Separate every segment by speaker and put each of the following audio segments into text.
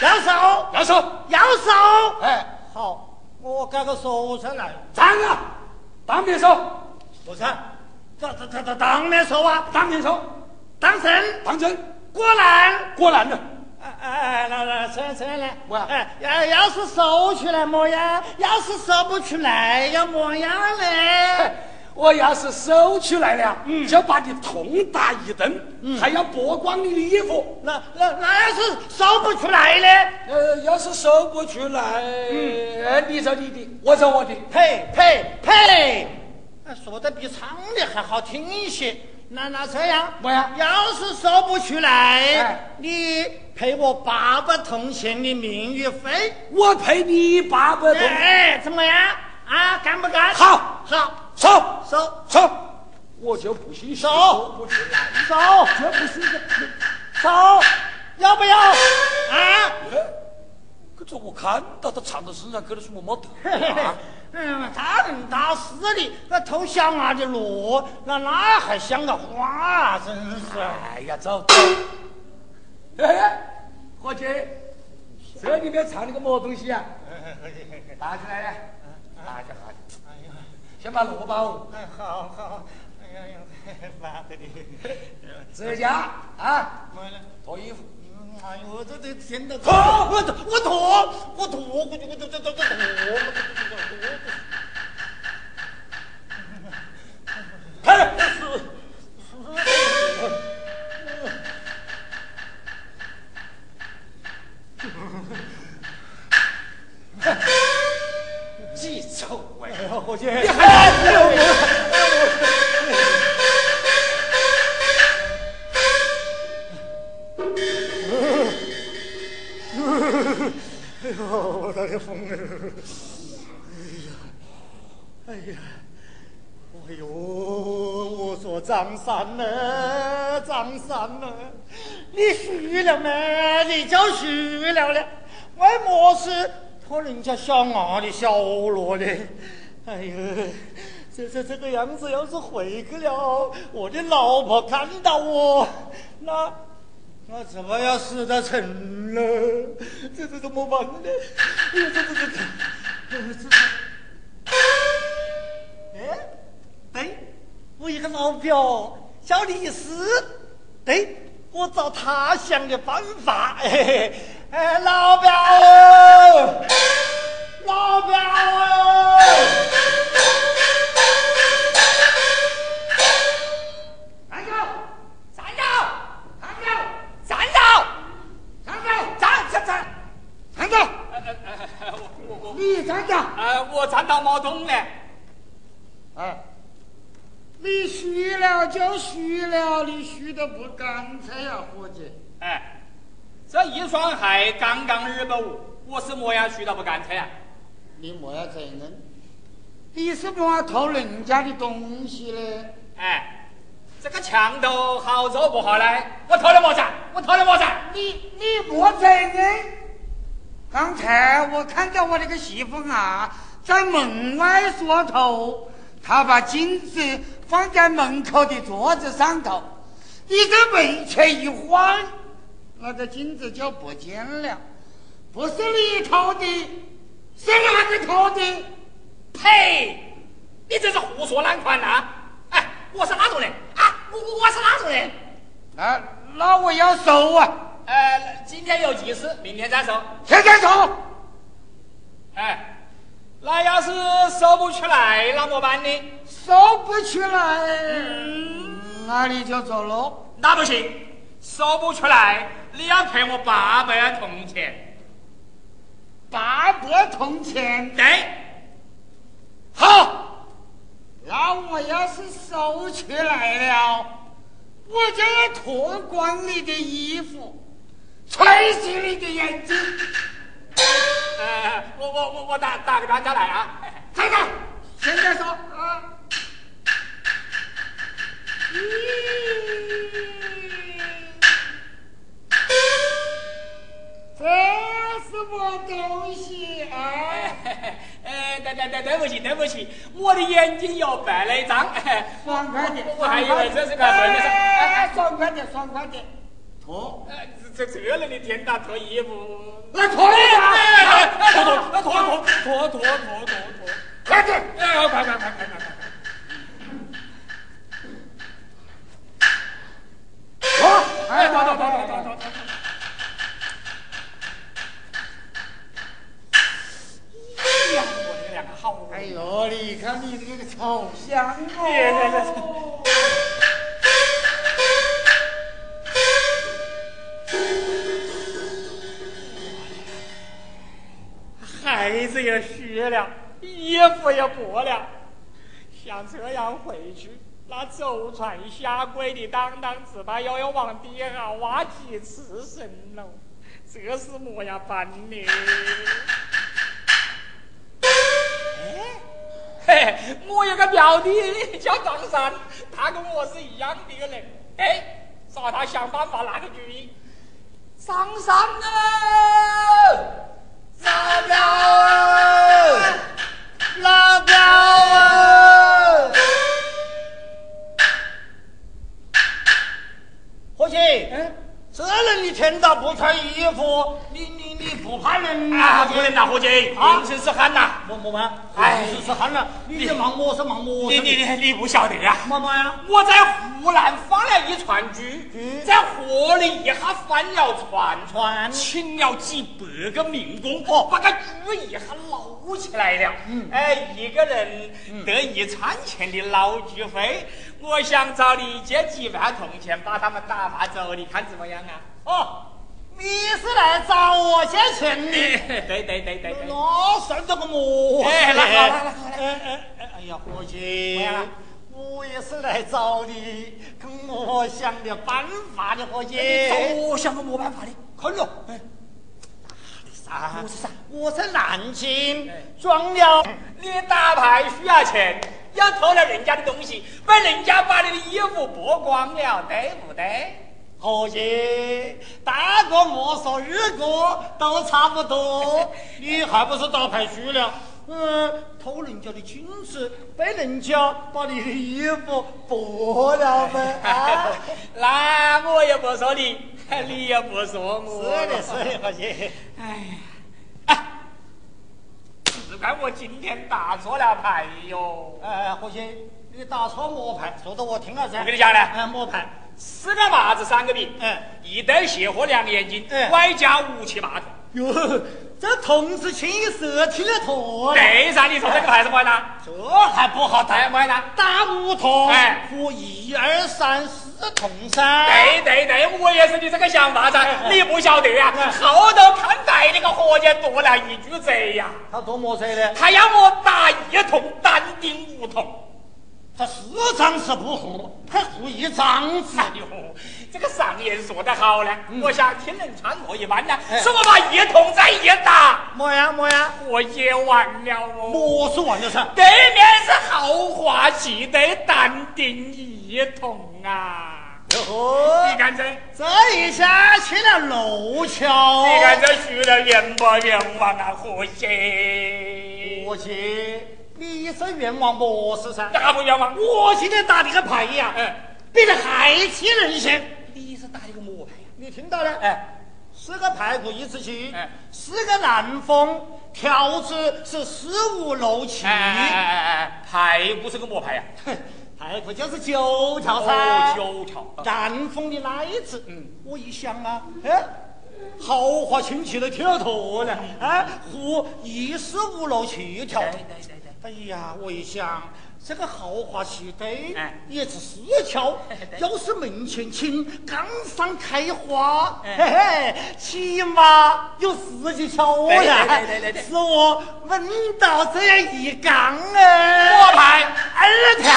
Speaker 1: 两手，
Speaker 2: 两手，
Speaker 1: 右手。
Speaker 2: 哎，
Speaker 1: 好，我这个说上来，
Speaker 2: 站啊，当面手，
Speaker 1: 我操，这这这这当面说啊，
Speaker 2: 当面手，
Speaker 1: 当神
Speaker 2: 当真，
Speaker 1: 果然。
Speaker 2: 果然的，
Speaker 1: 哎哎，来来，谁谁来？
Speaker 2: 我呀
Speaker 1: 哎，要要是说出来么样？要是说不出来，要么样嘞？
Speaker 2: 我要是搜出来了，就把你痛打一顿，还要剥光你的衣服。
Speaker 1: 那那那要是说不出来嘞？
Speaker 2: 呃，要是搜不出来，哎你走你的，我走我的。
Speaker 1: 呸呸呸！哎说的比唱的还好听一些。那那这样，
Speaker 2: 我呀
Speaker 1: 要是说不出来，
Speaker 2: 哎
Speaker 1: 你赔我八百铜钱的名誉费。
Speaker 2: 我赔你八百铜，
Speaker 1: 哎，怎么样？啊，干不干？
Speaker 2: 嗯好，
Speaker 1: 好，
Speaker 2: 走
Speaker 1: 收
Speaker 2: 走，我就不信
Speaker 1: 走
Speaker 2: 搜不出来，
Speaker 1: 收
Speaker 2: 绝不是个。
Speaker 1: 收，要不要？ 啊？
Speaker 2: 哎，可是我看到他藏到身上去了，什么没
Speaker 1: 嘿嘿
Speaker 2: 得
Speaker 1: 嘿
Speaker 2: 啊？
Speaker 1: 嗯，大人大事的，那偷小娃的路，那那还想个花，真是。啊
Speaker 2: 哎呀，走！哎，伙计，这里面藏了个么东西啊？拿起来呀，拿起来，
Speaker 1: 哎呀，
Speaker 2: 先把萝卜，
Speaker 1: 哎，好好，哎呀呀，妈的，
Speaker 2: 这家啊，
Speaker 1: 完了。
Speaker 2: 脱衣服，
Speaker 1: 哎呦，我这这天都
Speaker 2: 脱，我脱，我脱，
Speaker 1: 我吐，我我我我我我
Speaker 2: 哎，记仇哎！
Speaker 1: 我，伙计，
Speaker 2: 你还有我？
Speaker 1: 哎呦，我的疯了！哎呀，哎呀，哎呦，我说张三呢，张三呢，你输了没？你就输了了，为么事拖人家小伢的小罗呢？哎呀，这这这个样子，要是回去了，我的老婆看到我，那那怎么要死得成了？这这怎么办呢？哎呀，这这这这这这。哎，对，我一个老表叫李四，对我找他想个办法。嘿嘿，哎，老表哦，老表哦，
Speaker 2: 站住！站住！站住！站住！站住！站站站！站住！你站住！
Speaker 3: 呃，我站到毛东了，
Speaker 2: 哎，
Speaker 1: 你输了就输了，你输的不干脆呀、伙计。
Speaker 3: 哎，这一双鞋刚刚日本舞，我是么样输到不干脆啊？
Speaker 1: 你莫要承认，你是莫要偷人家的东西嘞。
Speaker 3: 哎，这个墙头好做不好嘞？我偷了么子？我偷了么子？
Speaker 1: 你
Speaker 4: 你莫承认。刚才我看到我那个媳妇啊，在门外梳头，她把镜子放在门口的桌子上头，你这门前一晃，那个镜子就不见了。不是你偷的，是哪个偷的？
Speaker 3: 呸！你这是胡说乱款呐、哎，我是哪种人啊？我我我是哪种人？
Speaker 4: 那啊那我要收啊！
Speaker 3: 呃，今天有急事，明天再说。
Speaker 4: 现在收，
Speaker 3: 哎，那要是收不出来，那么办呢？
Speaker 4: 收不出来，那你就走喽。
Speaker 3: 那不行，收不出来，你要赔我八百铜钱。
Speaker 4: 八百铜钱，
Speaker 3: 对，
Speaker 4: 好，那我要是收起来了，我就要脱光你的衣服，吹死你的眼睛，
Speaker 3: 呃，我我我我打打个专家来啊。
Speaker 4: 站住！现在说啊，这是我东西啊，
Speaker 3: 哎，对对对，对不起对不起，我的眼睛又白了一张。
Speaker 4: 爽快点，
Speaker 3: 我还以为这是个门呢。
Speaker 4: 哎哎，爽快点，爽快点，脱，
Speaker 3: 哎，这这了你田大脱衣服。
Speaker 2: 来脱了
Speaker 3: 哎
Speaker 2: 呀！
Speaker 3: 哎，脱脱脱脱脱脱脱脱脱！
Speaker 2: 快点！
Speaker 3: 哎，快快快快快
Speaker 4: 哎，
Speaker 3: 快！脱脱
Speaker 4: 走走走
Speaker 3: 脱脱脱
Speaker 4: 走
Speaker 3: 脱脱！哎呀，我这两个好
Speaker 4: 哎呦，你看你这个臭相啊
Speaker 3: 别别别
Speaker 4: 哦！
Speaker 1: 孩子也学了，衣服也薄了，想这样回去，那舟船下跪的当当，只怕又要往地下挖几次深喽。这是么样办呢？哎
Speaker 3: 嘿，我有个表弟叫张三，他跟我是一样的人，哎，找他想办法拿个主意。张三啊，老表啊，老表啊，
Speaker 1: 伙计，这人你天大不穿衣服，你你你不怕人
Speaker 3: 啊，不能打伙计，
Speaker 1: 啊
Speaker 3: 浑身是汗呐。
Speaker 1: 我我们，
Speaker 3: 哎
Speaker 1: 是是喊了，你这忙么是忙么
Speaker 3: 你
Speaker 1: 事？
Speaker 3: 你你你不晓得呀、
Speaker 1: 妈妈呀，
Speaker 3: 我在湖南放了一船猪，
Speaker 1: 嗯
Speaker 3: 在河里一下翻了船，
Speaker 1: 船
Speaker 3: 请了几百个民工，
Speaker 1: 哦
Speaker 3: 把个猪一下捞起来了。
Speaker 1: 嗯
Speaker 3: 哎，一个人得一餐钱的捞猪费，我想找你借几万铜钱，把他们打发走，你看怎么样啊？哦，
Speaker 1: 你是来找我借钱
Speaker 3: 对
Speaker 1: 的？
Speaker 3: 对对对对，
Speaker 1: 那算这个么？
Speaker 3: 哎来来来来
Speaker 1: 哎哎哎哎呀，伙计
Speaker 3: 怎么样了，
Speaker 1: 我也是来找你，跟我想点办法的，伙计。哎
Speaker 3: 我哦想个没办法的，看着，哎
Speaker 1: 啥
Speaker 3: 我是啥？
Speaker 1: 我是南京
Speaker 3: 哎
Speaker 1: 装了。
Speaker 3: 你打牌需要钱，要偷了人家的东西，被人家把你的衣服剥光了，对不对？
Speaker 1: 伙计，大哥莫说，二哥都差不多， 你还不是打牌输了？嗯，偷人家的金子，被人家把你的衣服剥了 呗？啊，
Speaker 3: 那我也不说你， 你也不说
Speaker 1: 是
Speaker 3: 我。
Speaker 1: 的，是的，伙计。
Speaker 3: 只怪我今天打错了牌哟。
Speaker 1: 哎，伙计，你打错摸牌，说的我听了噻。
Speaker 3: 我跟你讲呢
Speaker 1: 哎，摸牌，
Speaker 3: 四个麻子三个饼，
Speaker 1: 嗯
Speaker 3: 一对鞋和两眼睛，
Speaker 1: 嗯
Speaker 3: 外加五七八桶。
Speaker 1: 哟，这同志清一色听得妥了。啊
Speaker 3: 对噻，你说这个牌是不好拿？
Speaker 1: 这还不好打
Speaker 3: 哎，不好拿。
Speaker 1: 打五筒，
Speaker 3: 哎
Speaker 1: 和一二三四筒噻。
Speaker 3: 对对对，我也是你这个想法噻，你不晓得呀、
Speaker 1: 哎
Speaker 3: 后头看台那个伙计多了一句贼呀、
Speaker 1: 他多么谁呢？
Speaker 3: 他要我打一桶单丁五桶。
Speaker 1: 他是张是不糊，还糊一张子。
Speaker 3: 哎呦，这个上言说得好呢，
Speaker 1: 嗯
Speaker 3: 我想听人唱我一般呢，说我把一桶再一打，
Speaker 1: 么样么样？
Speaker 3: 我也完了哦。
Speaker 1: 我是完了噻。
Speaker 3: 对面是豪华气的单丁一桶啊！你
Speaker 1: 哦，
Speaker 3: 看这，
Speaker 1: 这一下去了楼桥。
Speaker 3: 你看这输了冤不冤枉啊？可惜。
Speaker 1: 伙计，你是冤枉模式噻。
Speaker 3: 打不冤枉？
Speaker 1: 我今天打你个牌呀，
Speaker 3: 哎，
Speaker 1: 比得还气人些。
Speaker 3: 你是打的个么牌呀？
Speaker 1: 你听到了？
Speaker 3: 哎，
Speaker 1: 四个排骨一只鸡
Speaker 3: 哎，
Speaker 1: 四个南风，条子是四五六七。
Speaker 3: 哎哎哎哎哎，牌不是个么牌呀？
Speaker 1: 哼 排骨哎就是九条噻。
Speaker 3: 哦，九条。
Speaker 1: 南风的奶子，嗯，我一想啊，哎，豪华亲戚的听得妥呢，哎，和一四五六七条。
Speaker 3: 对对对对。
Speaker 1: 哎呀，我一想，这个豪华喜堆
Speaker 3: 哎
Speaker 1: 也只是巧，要是门前青，刚上开花，
Speaker 3: 哎
Speaker 1: 嘿嘿，起码有十几条
Speaker 3: 对
Speaker 1: 呀
Speaker 3: 对对对对。
Speaker 1: 是我闻到这样一缸哎，
Speaker 3: 我牌
Speaker 1: 二条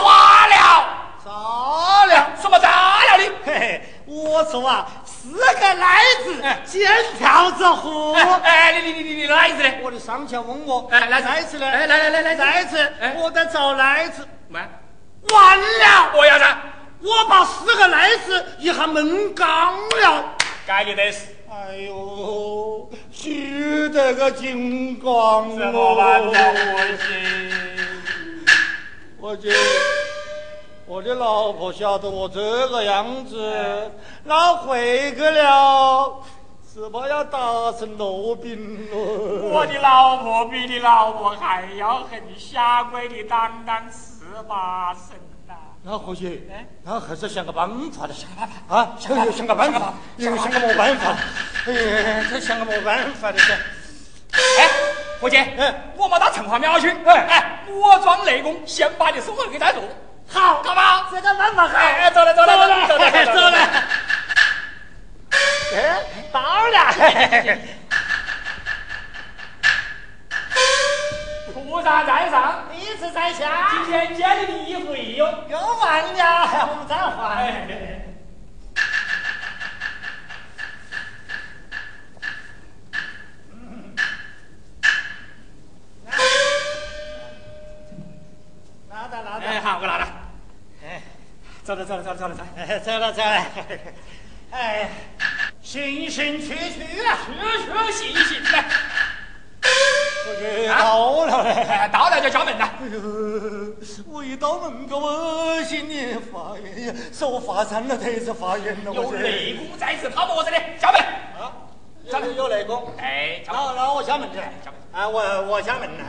Speaker 3: 花了，
Speaker 1: 糟了。
Speaker 3: 什么炸了的？
Speaker 1: 嘿嘿，我说啊，四个奶子肩条子糊。
Speaker 3: 哎哎，你你你你哪一次呢？
Speaker 1: 我的上前问我，
Speaker 3: 哎来
Speaker 1: 奶子呢？
Speaker 3: 哎来来来来
Speaker 1: 奶子
Speaker 3: 哎，
Speaker 1: 我在找奶子，
Speaker 3: 完
Speaker 1: 完了，
Speaker 3: 我要噻，
Speaker 1: 我把四个奶子一下闷干了。
Speaker 3: 该你的事，
Speaker 1: 哎呦，虚得个哦精光
Speaker 3: 怎么办呢？
Speaker 1: 哦！
Speaker 3: 我去，
Speaker 1: 我这，我的老婆晓得我这个样子，俺回去了，是不要打成老兵了。
Speaker 3: 我的老婆比你老婆还要狠，下跪你当当十八声呐！
Speaker 1: 那伙计
Speaker 3: 哎，
Speaker 1: 俺还是想个办法的，想
Speaker 3: 个办法
Speaker 1: 啊，
Speaker 3: 想个办
Speaker 1: 哎
Speaker 3: 法
Speaker 1: 呦想个办法，哎
Speaker 3: 想
Speaker 1: 呦想个没办法，哎呀，这
Speaker 3: 个办法
Speaker 1: 想个没办法的这。
Speaker 3: 哎，伙计，
Speaker 1: 哎
Speaker 3: 我们到城隍庙去，
Speaker 1: 哎
Speaker 3: 哎，我装雷公，先把你送回去再说，好，干嘛？
Speaker 1: 这个办法好
Speaker 3: 哎哎，走了走了走了
Speaker 1: 走
Speaker 3: 走
Speaker 1: 了
Speaker 3: 了。
Speaker 1: 哎，到了。
Speaker 3: 菩萨在上，
Speaker 1: 第一次在
Speaker 3: 今
Speaker 1: 下，
Speaker 3: 天见了你一回哟。
Speaker 1: 又换了，我们再换。
Speaker 3: 哎，
Speaker 1: 拿着拿
Speaker 3: 哎，
Speaker 1: 着，
Speaker 3: 好，我拿了。
Speaker 1: 哎，
Speaker 3: 走了，走了，走了，走了，走了。
Speaker 1: 哎走了走了，哎，行行去
Speaker 3: 哎
Speaker 1: 去啊，
Speaker 3: 去去行行呗，
Speaker 1: 我给到了嘞。
Speaker 3: 哎，到了就敲门了。
Speaker 1: 哎呦，我一到门口，我心里发炎呀，手发颤了，腿子发炎了，我
Speaker 3: 有
Speaker 1: 这
Speaker 3: 雷公在此，怕么子呢？敲门。
Speaker 1: 啊，咱们有雷公。
Speaker 3: 哎，敲门。
Speaker 1: 那那我敲门去
Speaker 3: 哎敲门，
Speaker 1: 啊，我我敲门呢，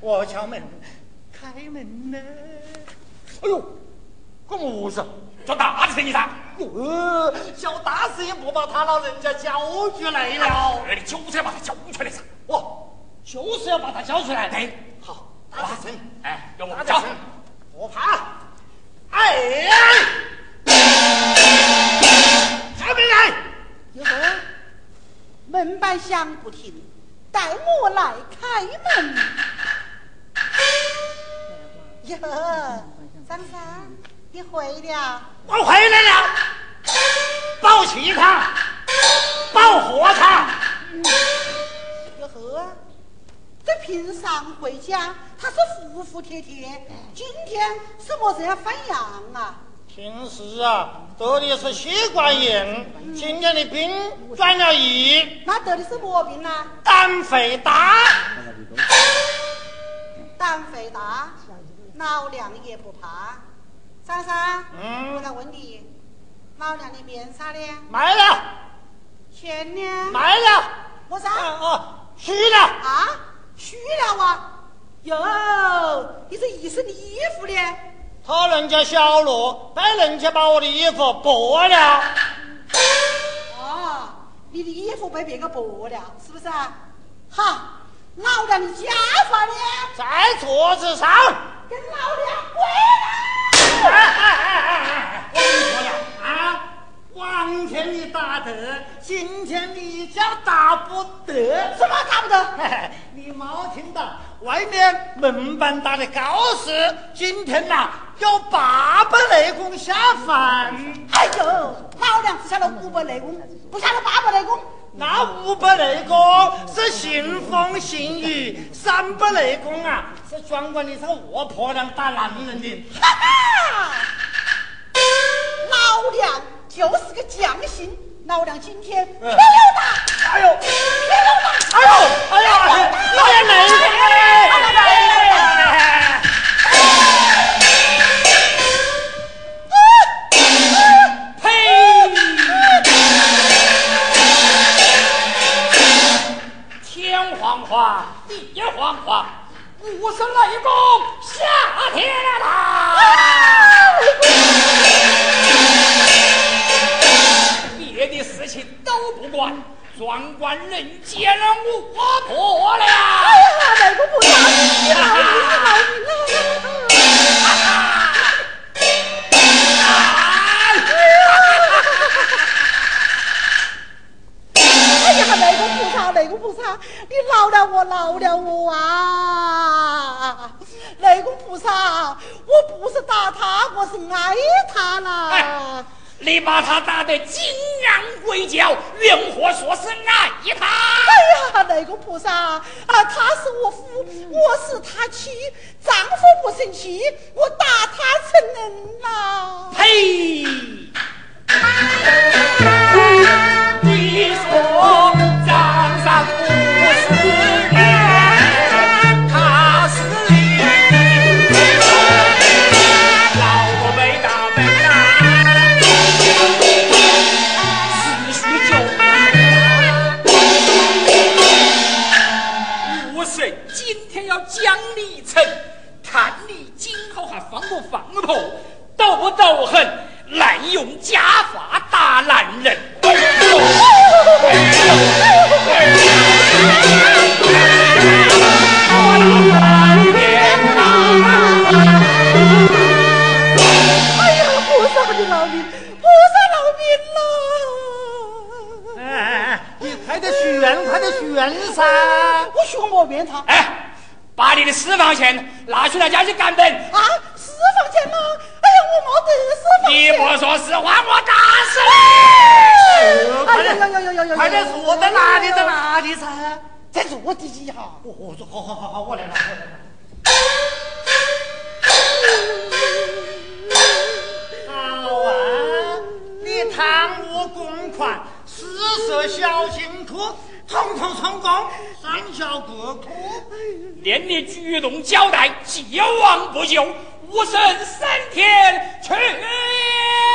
Speaker 1: 我敲门，开门呢。哎呦，干么事？
Speaker 3: 做大的生意噻。
Speaker 1: 哟，小大师也不把他老人家叫出来了。
Speaker 3: 哎，你就是要把他叫出来噻。
Speaker 1: 我就是要把他叫出来。
Speaker 3: 哎，
Speaker 1: 好，大点声，
Speaker 3: 哎，要
Speaker 1: 大
Speaker 3: 我
Speaker 1: 点
Speaker 3: 叫
Speaker 1: 声。，我怕。哎呀，
Speaker 2: 开门来！
Speaker 5: 哟呵，啊门板响不停，带我来开门。哟呵，张三，你回了？
Speaker 2: 我回来了，抱起他，抱活他。
Speaker 5: 哟呵，啊这平常回家他是服服帖帖，今天是么子样放羊啊？
Speaker 1: 平时啊得的是血管炎，今天的病转了移，
Speaker 5: 那得的是么病啊？
Speaker 1: 胆肥大。
Speaker 5: 胆肥大，老娘也不怕。张三，
Speaker 1: 嗯
Speaker 5: 我来问你，老娘的面纱呢？
Speaker 1: 卖了，
Speaker 5: 钱呢？
Speaker 1: 卖了，
Speaker 5: 么子
Speaker 1: 啊
Speaker 5: 啊？
Speaker 1: 啊，去了。
Speaker 5: 啊，虚了啊！哟，你这一身的衣服呢？
Speaker 1: 他人家小罗被人家把我的衣服剥了，
Speaker 5: 哦，你的衣服被别个剥了，是不是啊？好，老娘的假发呢？
Speaker 1: 在桌子上。
Speaker 5: 给老娘跪了！
Speaker 1: 哎哎哎哎哎！我跟你说了啊，往天你打得，今天你叫打不得。
Speaker 5: 什么打不得？
Speaker 1: 你没听到？外面门板打的高士，今天呐、有八百雷公下凡，
Speaker 5: 哎呦，老娘只下了五百内功，不下了八百内功。
Speaker 1: 那五百雷公是信风信雨，三百雷公啊是专管你这个恶婆娘打男人的。
Speaker 5: 哈哈！老娘就是个将心，老娘今天没有打，
Speaker 1: 哎呦，
Speaker 5: 没有打。
Speaker 1: 哎呦，哎呦，哎呦，老爷雷公哎！
Speaker 3: 天黄花，地黄花，不是雷公下天啦！别的事情都不管，专管人间我婆了。
Speaker 5: 哎呀， 哪个不打？老命啊，老命啊！哎呀，哪个不差，哪个不差？你饶了我，饶了我啊！哪个菩萨，我不是打他，我是爱他啦。
Speaker 3: 你把他打得金然归脚，怨我说是爱他。
Speaker 5: 哎呀，哪个菩萨啊，他是我夫，我是他妻，丈夫不成器，我打他成人啦。
Speaker 3: 呸！你说张三不是人，他是人，老婆被打被打，
Speaker 5: 哎
Speaker 3: 水，今天要将你惩，砍你今后还啊防不防头，斗不斗狠，滥用家法打男人。
Speaker 5: 哎呀，菩萨的饶命，哎菩萨饶命了！
Speaker 1: 哎，你快点许愿，快点许愿噻！
Speaker 5: 我许我愿他
Speaker 3: 哎，把你的私房钱拿出来家去干本，
Speaker 5: 啊，私房钱吗？哎呀，我没得私房
Speaker 3: 你
Speaker 5: 钱。
Speaker 3: 不说实话，我打死你！
Speaker 5: 哎呀呀呀呀呀呀！
Speaker 1: 快点说在哪里，在哪里噻？
Speaker 5: 在坐地一下。
Speaker 1: 我我说好好好好，我来了，我来了。好啊，你贪污公款、私设小型库，统统充公，上交各库。
Speaker 3: 连你举动交代，既往不咎，无神三天去也。